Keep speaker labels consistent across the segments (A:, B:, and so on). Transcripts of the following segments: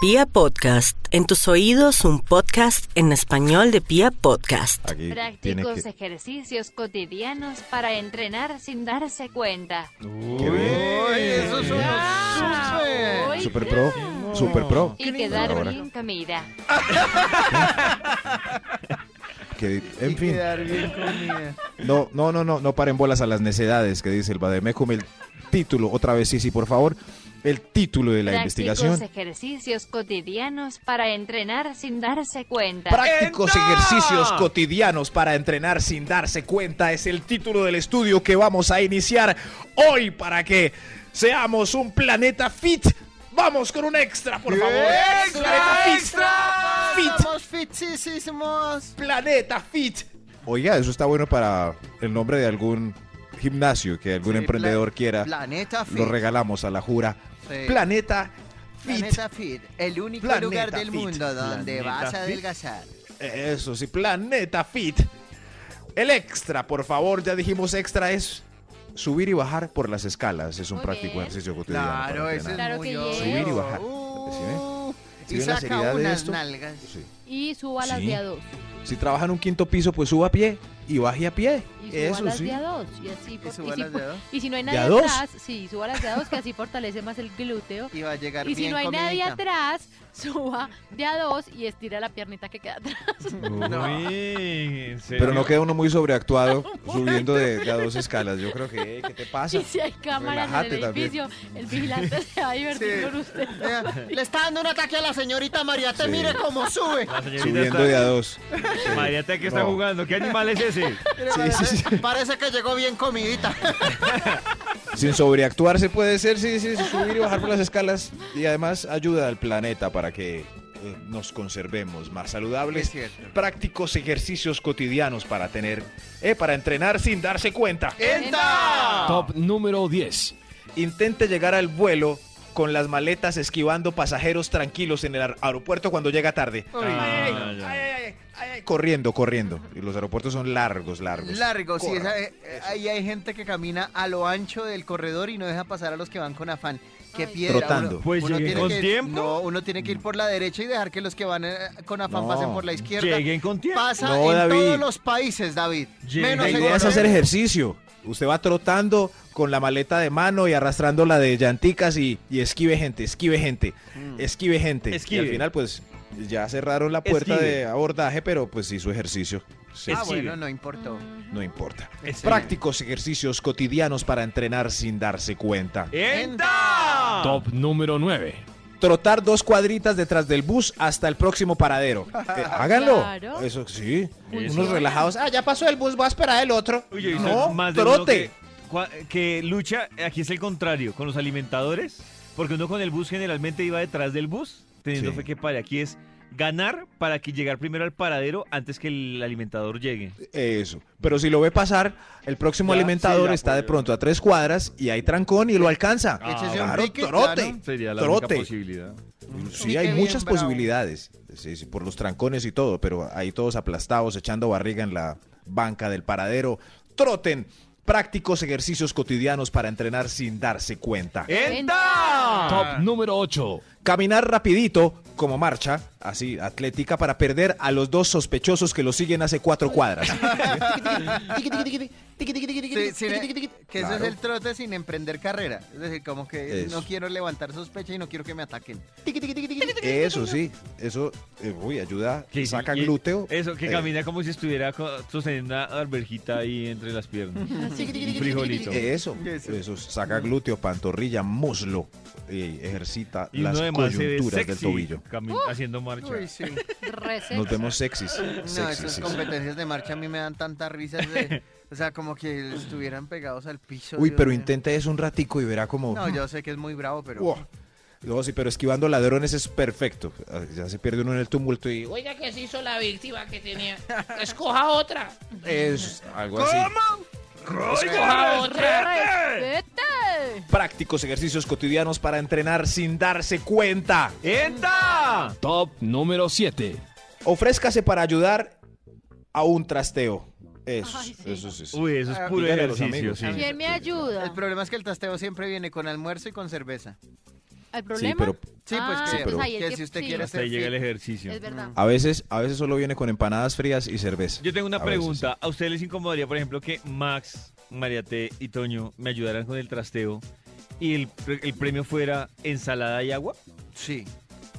A: Pia Podcast, en tus oídos un podcast en español de Pia Podcast.
B: Aquí tienes
C: Prácticos
B: que...
C: ejercicios cotidianos para entrenar sin darse cuenta.
B: Qué bien.
D: Uy, esos son los
C: Ah,
D: suces.
C: uy,
B: Super pro, super pro.
C: Y quedar
B: Ahora,
C: bien comida.
B: que- en
D: Y
B: fin,
D: quedar bien comida.
B: no, no, no, no, no paren bolas a las necedades que dice el Bademecum. El título, otra vez sí, sí, por favor. El título de la
C: Prácticos
B: investigación.
C: ejercicios cotidianos para entrenar sin darse cuenta.
B: Prácticos
D: ¡Enda!
B: ejercicios cotidianos para entrenar sin darse cuenta es el título del estudio que vamos a iniciar hoy para que seamos un planeta fit. Vamos con un extra, por favor.
D: ¡Extra,
B: Planeta
D: extra!
B: Fit. Fit.
D: ¡Somos fitísimos!
B: Planeta Fit. Oiga, eso está bueno para el nombre de algún gimnasio que algún
D: Sí,
B: emprendedor
D: plan-
B: quiera.
D: Planeta Fit.
B: Lo regalamos a la jura.
D: Sí.
B: Planeta Fit.
D: Planeta Fit, el único
B: Planeta
D: lugar del
B: Fit.
D: mundo donde
B: Planeta
D: vas
B: Fit.
D: a adelgazar.
B: Eso sí, Planeta Fit. El extra, por favor, ya dijimos extra es subir y bajar por las escalas. Es un
C: Muy
B: práctico
C: bien.
B: ejercicio cotidiano. para
D: Claro, eso es
B: entrenar.
C: Claro
D: muy
C: que
D: obvio.
C: yes.
B: Subir y bajar.
D: Uh,
B: ¿Sí ven? ¿Sí
D: y
B: ven la seriedad
D: saca
B: de
D: unas
B: esto?
D: nalgas.
B: Sí.
E: Y suba las
B: Sí.
E: de a dos.
B: Si trabaja en un quinto piso, pues suba a pie y baje a pie.
E: Y suba
B: Eso
E: las
B: sí.
E: de a dos. Y así por-
D: Y suba
E: si
D: las de
E: pu-
D: dos.
E: y si no hay
B: ¿De
E: nadie
B: a dos?
E: atrás, sí, suba las de a dos, que así fortalece más el glúteo.
D: Y va a llegar
E: Y si
D: bien
E: no hay
D: comidita.
E: nadie atrás, suba de a dos y estira la piernita que queda atrás.
F: Uy, ¿en serio?
B: Pero no queda uno muy sobreactuado subiendo de, de a dos escalas. Yo creo que, "Ey, ¿qué te pasa?
E: Y si hay cámaras en
B: Relájate
E: el
B: también.
E: edificio, el vigilante se va a divertir
D: Sí.
E: con usted.
D: Vea, Le está dando un ataque a la señorita María. Te
B: Sí.
D: mire cómo sube.
F: La señorita
B: Subiendo
F: está-
B: de a dos.
F: María Tech está
B: No.
F: jugando. ¿Qué animal es ese?
B: Sí, sí, sí.
D: Parece que llegó bien comidita.
B: Sin sobreactuarse puede ser, sí, sí, sí, subir y bajar por las escalas. Y además ayuda al planeta para que eh, nos conservemos más saludables.
D: Es cierto.
B: Prácticos ejercicios cotidianos para tener, eh, para entrenar sin darse cuenta.
D: ¡Entra!
G: Top número 10.
B: Intente llegar al vuelo con las maletas esquivando pasajeros tranquilos en el aer- aeropuerto cuando llega tarde.
D: Uy.
F: Ah, ya.
D: Eh.
B: Corriendo, corriendo. Y los aeropuertos son largos, largos.
D: Largo, sí,
B: Corra.
D: esa- eh, ahí hay gente que camina a lo ancho del corredor y no deja pasar a los que van con afán. Qué
E: Ay,
D: piedra.
B: Trotando.
D: uno-
F: Pues
D: uno
F: lleguen
D: tiene
F: con
D: que-
F: tiempo.
D: No, uno tiene que ir por la derecha y dejar que los que van eh, con afán
B: No.
D: pasen por la izquierda.
F: Lleguen con tiempo.
D: Pasa
B: No,
D: en
B: David.
D: todos los países, David.
F: Lleguen.
D: Menos
B: La
D: en
B: idea es
D: Colombia.
B: hacer ejercicio. Usted va trotando con la maleta de mano y arrastrando la de llanticas y, y esquive gente, esquive gente, esquive gente. Y
F: Mm. Esquive.
B: al final, pues, ya cerraron la puerta
F: Esquive.
B: de abordaje, pero pues hizo ejercicio. Sí,
D: Ah,
F: Es-
D: bueno, no importó.
B: No importa.
F: Esquive.
B: Prácticos ejercicios cotidianos para entrenar sin darse cuenta.
F: ¡Enta!
G: Top número 9.
B: Trotar dos cuadritas detrás del bus hasta el próximo paradero. Eh, háganlo.
E: Claro.
B: Eso sí.
F: Eso.
B: Unos relajados. Ah, ya pasó el bus, voy a esperar el otro.
F: Uy, yo hice
B: no,
F: más de uno
B: trote.
F: que- cua- que, lucha, aquí es el contrario, con los alimentadores, porque uno con el bus generalmente iba detrás del bus, teniendo
B: Sí.
F: fe que pare. Aquí es ganar para que llegar primero al paradero antes que el alimentador llegue.
B: Eso. Pero si lo ve pasar, el próximo
F: Ya,
B: alimentador
F: sí, ya,
B: está
F: pues,
B: de pronto a tres cuadras y hay trancón y lo alcanza.
F: Ah,
D: Échese un
B: claro,
D: pique,
B: trote.
D: ya,
F: Sería la
B: trote.
F: única posibilidad.
B: Sí,
D: Y
B: hay
D: qué
B: muchas
D: bien, bravo.
B: posibilidades. Sí, sí, por los trancones y todo, pero ahí todos aplastados, echando barriga en la banca del paradero. Troten. Prácticos ejercicios cotidianos para entrenar sin darse cuenta.
F: Eh. ¡Enta!
G: Top número 8.
B: Caminar rapidito, como marcha, así, atlética, para perder a los dos sospechosos que lo siguen hace cuatro cuadras.
D: Sí, sí, que ese es
B: Claro.
D: el trote sin emprender carrera. Es decir, como que
B: Eso.
D: no quiero levantar sospecha y no quiero que me ataquen.
B: Eso sí, eso eh, uy, ayuda,
F: Que-
B: saca
F: y-
B: glúteo.
F: Eso, que
B: Eh,
F: camina como si estuviera co- sosteniendo una alberjita ahí entre las piernas.
H: Eh.
F: Un frijolito.
B: Eso,
D: Eso.
B: eso, saca glúteo, pantorrilla, muslo, eh, ejercita
F: Y
B: las
F: uno además se ve
B: coyunturas del
F: sexy
B: tobillo.
F: cami- haciendo
B: Pues
F: marcha.
D: Uy, sí.
E: Resex.
B: Nos vemos sexys.
D: No,
B: sexys,
D: esas
B: sí, sí.
D: competencias de marcha a mí me dan tantas risas. de- o sea, como que estuvieran pegados al piso.
B: Uy,
D: Dios
B: pero
D: mío.
B: intente eso un ratico y verá como...
D: No, yo sé que es muy bravo, pero.
B: Uah. No, sí, pero esquivando ladrones es perfecto. Ah, Ya se pierde uno en el tumulto y... uy,
H: Oiga que se hizo la víctima que tenía. Escoja otra.
B: Es algo así.
H: Escoja otra.
E: ¡Vete!
B: Prácticos ejercicios cotidianos para entrenar sin darse cuenta.
F: ¡Enta!
G: Top número 7.
B: Ofrézcase para ayudar a un trasteo. Eso,
E: Ay, sí.
B: eso sí. sí.
F: Uy, eso es
D: Ah,
F: puro
B: dígale a los
F: ejercicio,
B: amigos,
F: sí.
B: sí.
E: ¿Quién me ayuda?
D: El problema es que el tasteo siempre viene con almuerzo y con cerveza.
E: ¿Al
B: Sí,
E: problema?
B: pero
D: Sí, pues
E: Ah,
D: que,
B: Sí, pero-
E: ahí el
D: que
E: que-
D: si usted
E: sí.
D: quiere
F: Hasta
D: ser
F: ahí llega el
D: fit,
F: ejercicio.
E: Es verdad.
B: a veces, a veces solo viene con empanadas frías y cerveza.
F: Yo tengo una
B: A veces,
F: pregunta. ¿A ustedes les incomodaría, por ejemplo, que Max, Mariate y Toño me ayudaran con el trasteo y el, pre- el premio fuera ensalada y agua?
D: sí.
B: sí.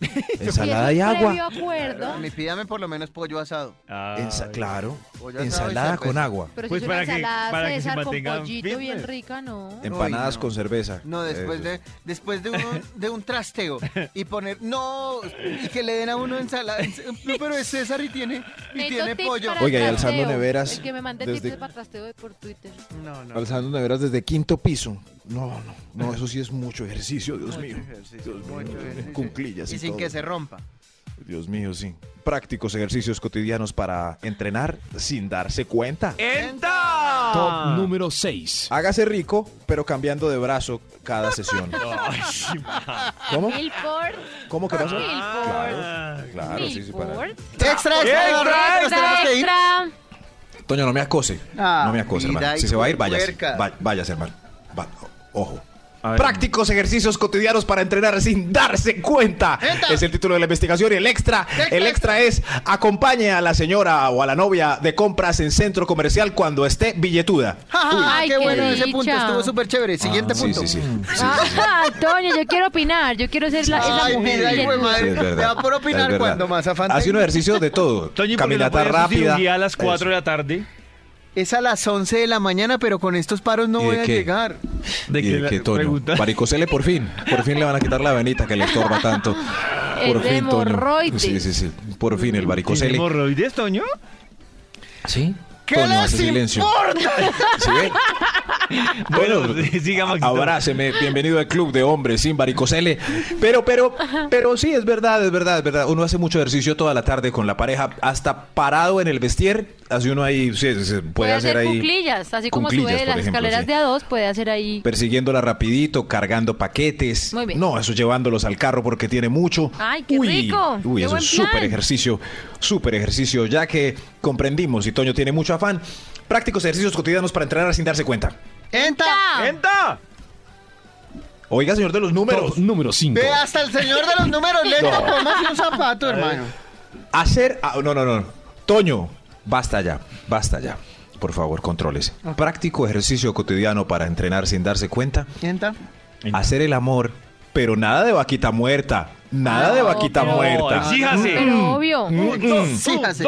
B: Ensalada y agua.
E: Previo acuerdo.
D: Me pídame por lo menos pollo asado.
F: Ah,
B: Ensa- claro.
D: Pollo asado y
B: Ensalada con
D: cerveza.
B: agua.
E: Pero
F: Pues
E: si es
F: para
E: una
F: que-
E: ensalada
F: para que se
E: César con
F: mantengan
E: pollito bien
F: fitness.
E: rica, ¿no?
B: Empanadas
D: no.
B: con cerveza.
D: No, después
B: Eso.
D: de, después de, un, de un trasteo y poner, no, y que le den a uno ensalada. No, pero es César y tiene, y
E: Necesito
D: tiene
E: tips
D: pollo.
E: para
B: Oiga, y
E: el
B: alzando
E: trasteo.
B: neveras
E: El que me mande
B: desde-
E: tips para trasteo por Twitter.
D: No, no.
B: Alzando neveras desde quinto piso. No, no, no, eso sí es mucho ejercicio, Dios mío. Dios mío, Dios mío. Cunclillas y
D: Y sin que
B: todo.
D: se rompa.
B: Dios mío, sí. Prácticos ejercicios cotidianos para entrenar sin darse cuenta.
F: ¡Enta!
G: Top número 6.
B: Hágase rico, pero cambiando de brazo cada sesión.
F: Ay, sí, Max.
B: ¿Cómo?
C: Milford.
B: ¿Cómo que pasó?
F: Ah,
B: Claro, sí, sí, para.
C: Milford.
D: ¡Extra, extra!
F: Extra,
D: Dorrego, nos tenemos que ir.
C: Extra.
B: Toño, no me acose.
D: Ah,
B: no me acose,
D: vida
B: hermano. Si
D: y
B: se va a ir, váyase.
D: puerca.
B: Va- váyase, hermano. Va- ojo.
F: A ver.
B: Prácticos ejercicios cotidianos para entrenar sin darse cuenta.
D: ¡Eta!
B: Es el título de la investigación y el extra. El extra es acompañe a la señora o a la novia de compras en centro comercial cuando esté billetuda.
D: Ja, ja,
C: Ay,
D: ¡Qué
C: qué
D: bueno ese punto!
C: dicha.
D: Estuvo súper chévere. Siguiente
B: Ah, Sí,
D: punto.
B: sí, sí. Sí, sí, sí.
C: Ah, Toño, yo quiero opinar. Yo quiero ser la, esa
D: Ay,
C: mujer.
D: mira, hijo de
C: billetuda.
D: madre.
B: Sí, es verdad.
D: Te va por
B: Es
D: opinar
B: verdad.
D: cuando más afán
B: Hace un
D: tenga.
B: ejercicio de todo.
F: Toño, ¿y por qué no
B: Caminata
F: puede hacer
B: rápida.
F: cirugía a las 4 de la tarde?
D: Es a las 11 de la mañana, pero con estos paros no
B: ¿Y de
D: voy a
B: qué?
D: llegar.
F: ¿De
B: ¿Y
F: qué
B: de
F: la-
B: qué, Toño?
F: pregunta?
B: Varicocele por fin. Por fin le van a quitar la venita que le estorba tanto.
C: Es
B: Por
C: de
B: fin, Toño.
C: hemorroides.
B: Sí, sí, sí. Por fin el varicocele.
F: ¿Hemorroides, Toño?
B: Ah, ¿Sí?
D: ¿Qué
B: Toño,
D: les
B: hace silencio. ¿Sí ve?
F: Bueno, siga, Maxito.
B: Abráceme, bienvenido al club de hombres sin varicocele. Pero, pero, pero sí, es verdad, es verdad, es verdad. Uno hace mucho ejercicio toda la tarde con la pareja, hasta parado en el vestir, hace uno ahí, sí, sí, sí, puede hacer ahí.
E: cuclillas, así como
B: cuclillas,
E: sube
B: por
E: las
B: ejemplo,
E: escaleras
B: sí.
E: de a dos, puede hacer ahí.
B: persiguiéndola rapidito, cargando paquetes.
E: Muy bien.
B: No, eso llevándolos al carro porque tiene mucho.
C: Ay, qué
B: uy,
C: rico.
B: Uy,
C: Qué
B: eso
C: buen
B: es
C: plan.
B: súper ejercicio, súper ejercicio, ya que comprendimos y Toño tiene mucho afán. Prácticos ejercicios cotidianos para entrenar sin darse cuenta.
D: ¡Enta!
F: ¡Enta!
B: Oiga, señor de los números,
G: Top número 5.
D: Ve hasta el señor de los números, lenta,
B: No.
D: póngase un zapato, hermano.
B: hacer. ah, no, no, no. Toño, basta ya, basta ya. Por favor, controles.
F: Ah.
B: Práctico ejercicio cotidiano para entrenar sin darse cuenta.
D: Enta.
B: Hacer el amor, pero nada de vaquita muerta. Nada de
F: Ah,
E: No,
B: vaquita
E: pero-
B: muerta.
F: Oh,
B: Mm,
F: ¡Exíjase!
E: Pero obvio.
D: Síjase.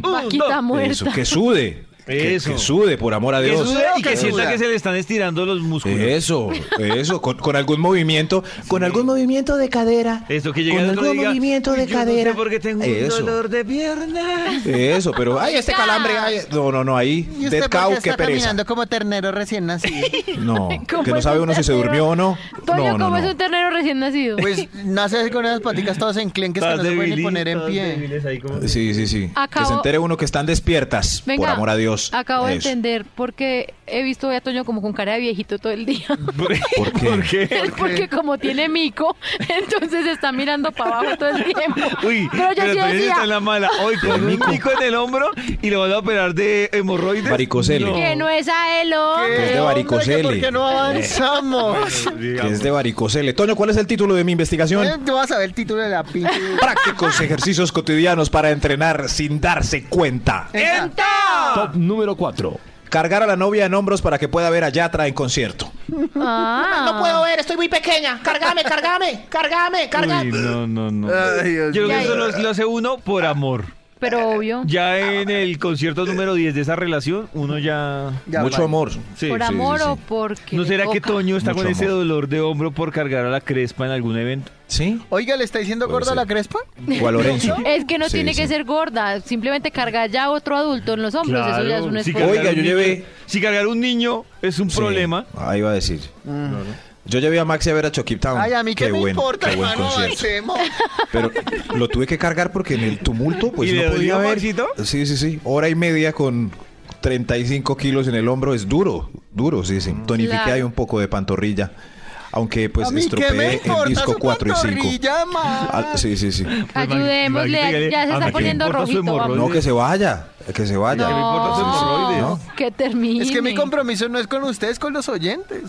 E: Vaquita muerta.
B: Eso, que sude. Que-
F: Eso.
B: Que, sude, por amor a
F: Que
B: Dios.
F: sude y que
D: Que
F: sienta
D: suda.
F: que se le están estirando los músculos.
B: Eso, eso, con, con algún movimiento, con algún movimiento de cadera.
F: Esto que llega
B: con
F: el otro
B: algún
F: diga,
B: movimiento de
F: "Yo
B: cadera.
F: No sé por qué tengo
B: eso,
F: un dolor de pierna.
B: eso, pero ay, este calambre, ay, no, no, no, ahí,
D: ¿Y
B: dead
D: usted por
B: cow,
D: qué
B: qué
D: está
B: pereza.
D: caminando como ternero recién nacido?
B: No,
E: ¿Cómo
B: que no
E: es
B: sabe
E: un
B: uno si se
E: ternero?
B: durmió o no.
E: Toño,
B: No, no,
E: ¿cómo es
B: no.
E: un ternero recién nacido?
D: Pues nace con esas paticas todas enclenques que no se pueden ni poner en pie.
B: Sí, sí, sí. Que
E: Acabo-
B: se entere uno que están despiertas,
E: Venga,
B: por amor a Dios.
E: acabo de
B: Eso.
E: entender por qué he visto hoy a Toño como con cara de viejito todo el día.
B: ¿Por qué?
F: ¿Por qué?
E: Es porque como tiene mico, entonces está mirando para abajo todo el tiempo.
F: Uy,
E: pero yo
F: pero también
E: sí
F: está en
E: decía
F: la mala. Hoy con un
B: mico.
F: mico en el hombro y lo van a operar de hemorroides.
B: Varicocele.
E: que no es a él, hombre.
B: es de Eh. varicocele.
D: ¿Por qué no avanzamos?
B: Que es de varicocele. Toño, ¿cuál es el título de mi investigación?
D: Eh, Tú vas a ver el título de la pinche.
B: Prácticos ejercicios cotidianos para entrenar sin darse cuenta.
D: ¡Enta!
G: Top número 4.
B: Cargar a la novia en hombros para que pueda ver a Yatra en concierto.
E: Ah.
H: No puedo ver, estoy muy pequeña. Cárgame, cárgame, cárgame, cárgame.
F: Uy, no, no, no.
D: Ay, Dios
F: Yo creo
E: mío.
F: que eso lo, lo hace uno por amor.
E: Pero obvio.
F: Ya en el concierto número 10 de esa relación, uno ya...
D: Ya,
B: Mucho
D: vale.
B: amor.
F: Sí,
E: ¿Por
F: sí,
E: amor
B: sí, sí.
E: o porque
F: ¿No será que
E: toca?
F: Toño está
B: Mucho
F: con ese
B: amor.
F: dolor de hombro por cargar a la crespa en algún evento?
B: ¿Sí?
D: Oiga, ¿le está diciendo
B: Puede
D: gorda
B: ser.
D: la crespa?
B: O a Lorenzo.
E: Es que no
B: Sí,
E: tiene que
B: sí.
E: ser gorda, simplemente cargar ya a otro adulto en los hombros, eso ya es un
F: si
E: esfuerzo.
F: cargar
B: Oiga,
F: un
B: yo
F: niño-
B: llevé-
F: Si cargar un niño es un
B: Sí,
F: problema.
B: Ahí va a decir. Yo llevé a Maxi a ver a Choquiptown.
D: Ah. Ay, a mí qué, me
B: buen-
D: importa,
B: qué buen
D: hermano,
B: concierto.
D: avancemos.
B: Pero lo tuve que cargar porque en el tumulto pues
F: ¿Y
B: no
F: le
B: podía
F: dolió,
B: ver.
F: Maxito?
B: Sí, sí, sí. Hora y media con 35 kilos en el hombro es duro, duro, sí, sí. Tonifiqué
E: Claro.
B: ahí un poco de pantorrilla. Aunque pues
D: a mí qué me
B: estropeé el
D: importa
B: disco
D: su
B: 4 y 5.
D: pantorrilla, ma.
B: sí, sí, sí.
E: Ayudémosle,
F: Imagínate que
E: ya se
F: a
E: está
F: Maxi le
E: poniendo
F: importa su
E: rojito,
F: hemorroide.
E: vamos.
B: No, que se vaya.
I: Que se vaya.
F: ¿qué me importan sus hemorroides?
E: que termine.
D: Es que mi compromiso no es con ustedes, con los oyentes.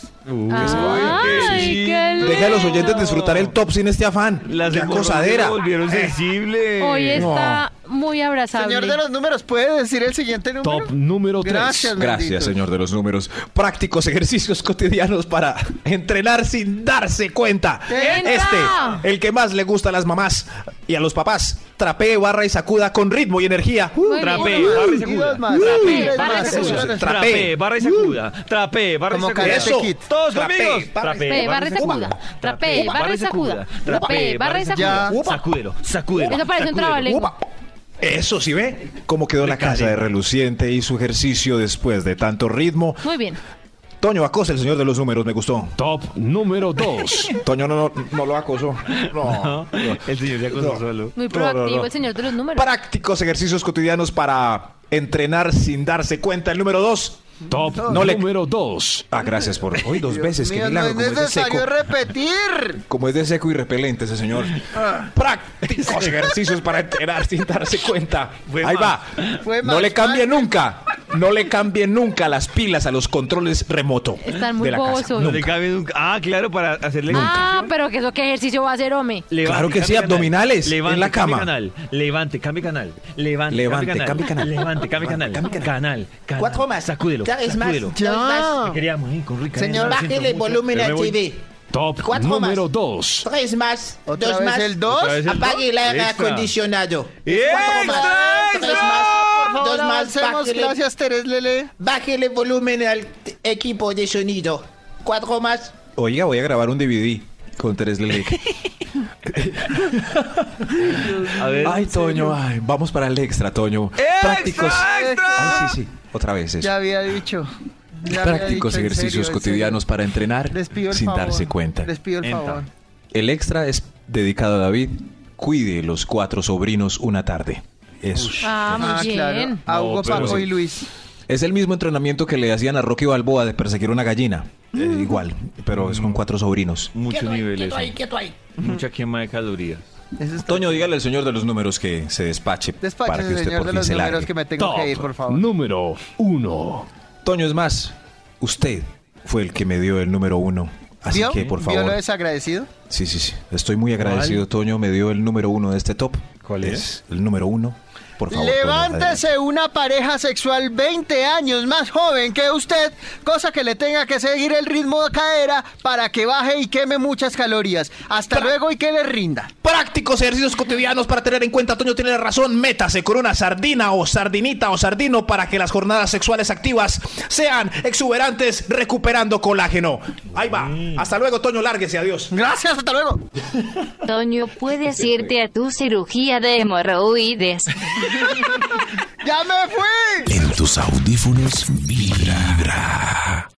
E: Ay, qué
B: Deja a los oyentes
E: lindo.
B: disfrutar el top sin este afán.
F: Las
B: Qué
F: hemorroides
B: acosadera.
F: se volvieron sensibles.
E: Hoy está muy abrazable.
D: Señor de los números, ¿puede decir el siguiente número?
G: Top número 3.
D: Gracias,
B: Gracias,
D: benditos.
B: señor de los números. Prácticos ejercicios cotidianos para entrenar sin darse cuenta.
E: ¡Entra!
B: Este, el que más le gusta a las mamás y a los papás. Trapee, barra y sacuda con ritmo y energía.
E: Muy bien.
F: Trapee, barra y
D: Y dos
F: sacuda.
D: más.
E: Trapé,
D: Tres
E: barra y
D: más.
E: sacuda.
D: Señores,
B: Tra-
F: Trapé, barra y sacuda. Trapé, barra y
D: Como
F: sacuda.
D: Karate
B: Eso.
D: Kid.
F: Todos
B: Trapé,
F: conmigo.
B: barra y
E: Trapé, barra y sacuda. Trapé, barra y sacuda. Trapé, barra y sacuda.
D: Ya.
F: Sacúdelo, sacúdelo.
E: Eso parece un
F: sacúdelo.
E: trabalengua.
B: Upa.
E: Upa.
B: Eso sí ve cómo quedó la casa de reluciente y su ejercicio después de tanto ritmo.
E: Muy bien.
B: Toño acosa el señor de los números, me gustó.
G: Top número 2.
B: Toño no, no, no lo acosó. No.
F: No, el señor se acostó
B: No.
F: solo.
E: Muy
B: No, no, no.
E: proactivo el señor de los números.
B: Prácticos ejercicios cotidianos para entrenar sin darse cuenta. El número dos.
G: Top
B: No le-
G: número 2.
B: Ah, gracias por. Hoy dos veces, qué
D: Mío, no
B: milagro.
D: es
B: como es de
D: necesario
B: seco.
D: repetir.
B: Como es de seco y repelente ese señor.
D: Ah.
B: Prácticos ejercicios para entrenar sin darse cuenta.
F: Fue
B: Ahí
F: más.
B: va.
D: Fue
B: No
D: más.
B: le cambie nunca. No le cambie nunca las pilas a los controles remoto.
E: Están muy
B: de la casa.
E: bobos hoy.
F: No
B: Nunca.
F: le cabe nunca. Ah, claro, para hacerle.
E: Ah, pero que eso qué ejercicio va a hacer, hombre.
F: Levante,
B: Claro que
F: cambie
B: sí,
F: canal.
B: abdominales,
F: Levante,
B: en la
F: cambie
B: cama.
F: Canal. Levante, cambie canal. Levante,
B: Levante,
F: cambie
B: cambie
F: canal.
B: canal.
F: Levante, cambie canal.
B: Cambie canal.
F: Canal, canal.
H: Cuatro más.
F: Sacúdelo,
H: Tres más.
F: sacúdelo.
H: Dos más.
F: Te queríamos, eh, con rica.
D: Señor,
F: eh, lo
D: bájele
F: siento
H: Bájele
F: mucho,
H: volumen
F: pero
H: al
F: me voy.
H: TV.
G: Top
H: Cuatro
G: número
H: más.
G: 2.
H: Tres más.
D: ¿Otra
H: dos
D: vez
H: más.
D: el dos?
F: Otra vez el
H: Apague el aire
F: Extra.
H: acondicionado.
F: ¡Extra,
H: Cuatro más. Tres
F: extra!
H: más. Dos
D: Ahora
H: más.
D: avancemos.
H: Bájele,
D: Gracias, Teres Lele.
H: bájele volumen al t- equipo de sonido. Cuatro más.
B: Oiga, voy a grabar un DVD con Teres Lele.
F: A
D: ¿Eh?
F: ver.
B: Ay, Toño, ay, vamos para el extra, Toño. Prácticos. Ay, sí, sí. Otra vez eso.
D: Ya había dicho. Ya había
B: Ah. Prácticos
D: dicho, en serio, en
B: ejercicios
D: serio.
B: cotidianos para entrenar
D: Les pido el
B: sin
D: favor.
B: darse cuenta.
D: Les pido el
F: Entra.
D: favor.
B: El extra es dedicado a David. Cuide los cuatro sobrinos una tarde. Eso.
E: Ah, muy
D: Ah, claro.
E: bien.
D: A
F: No,
D: Hugo,
F: pero
D: Paco
F: sí.
D: y Luis.
B: Es el mismo entrenamiento que le hacían a Rocky Balboa de perseguir una gallina.
D: Mm.
B: Eh, igual, pero es con cuatro sobrinos.
F: Muchos
H: Quieto ahí,
F: niveles.
H: Quieto ahí, quieto ahí.
F: Mucha quema de calorías.
D: Eso es
B: Toño, dígale al señor de los números que se despache para que
D: Despacho,
B: usted
D: señor
B: por
D: de
B: fin
D: los
B: se
D: números,
B: largue.
D: que me tengo
G: Top
D: que ir, por favor.
G: número 1.
B: Toño, es más, usted fue el que me dio el número uno. Así
D: ¿Vio?
B: que, por
D: ¿Vio lo
B: favor.
D: desagradecido?
B: Sí, sí, sí. Estoy muy agradecido. Toño me dio el número uno de este top.
F: ¿Cuál es?
B: El número uno. Por favor. Toño, adelante.
D: Levántese una pareja sexual 20 años más joven que usted, cosa que le tenga que seguir el ritmo de cadera para que baje y queme muchas calorías. Hasta luego y que le rinda.
B: Prácticos ejercicios cotidianos para tener en cuenta, Toño tiene la razón, métase con una sardina o sardinita o sardino para que las jornadas sexuales activas sean exuberantes recuperando colágeno. Ahí va. Hasta luego, Toño, lárguese, adiós.
D: Gracias, hasta luego.
C: Toño, puedes irte a tu cirugía de hemorroides.
D: ¡Ya me fui!
J: En tus audífonos vibra.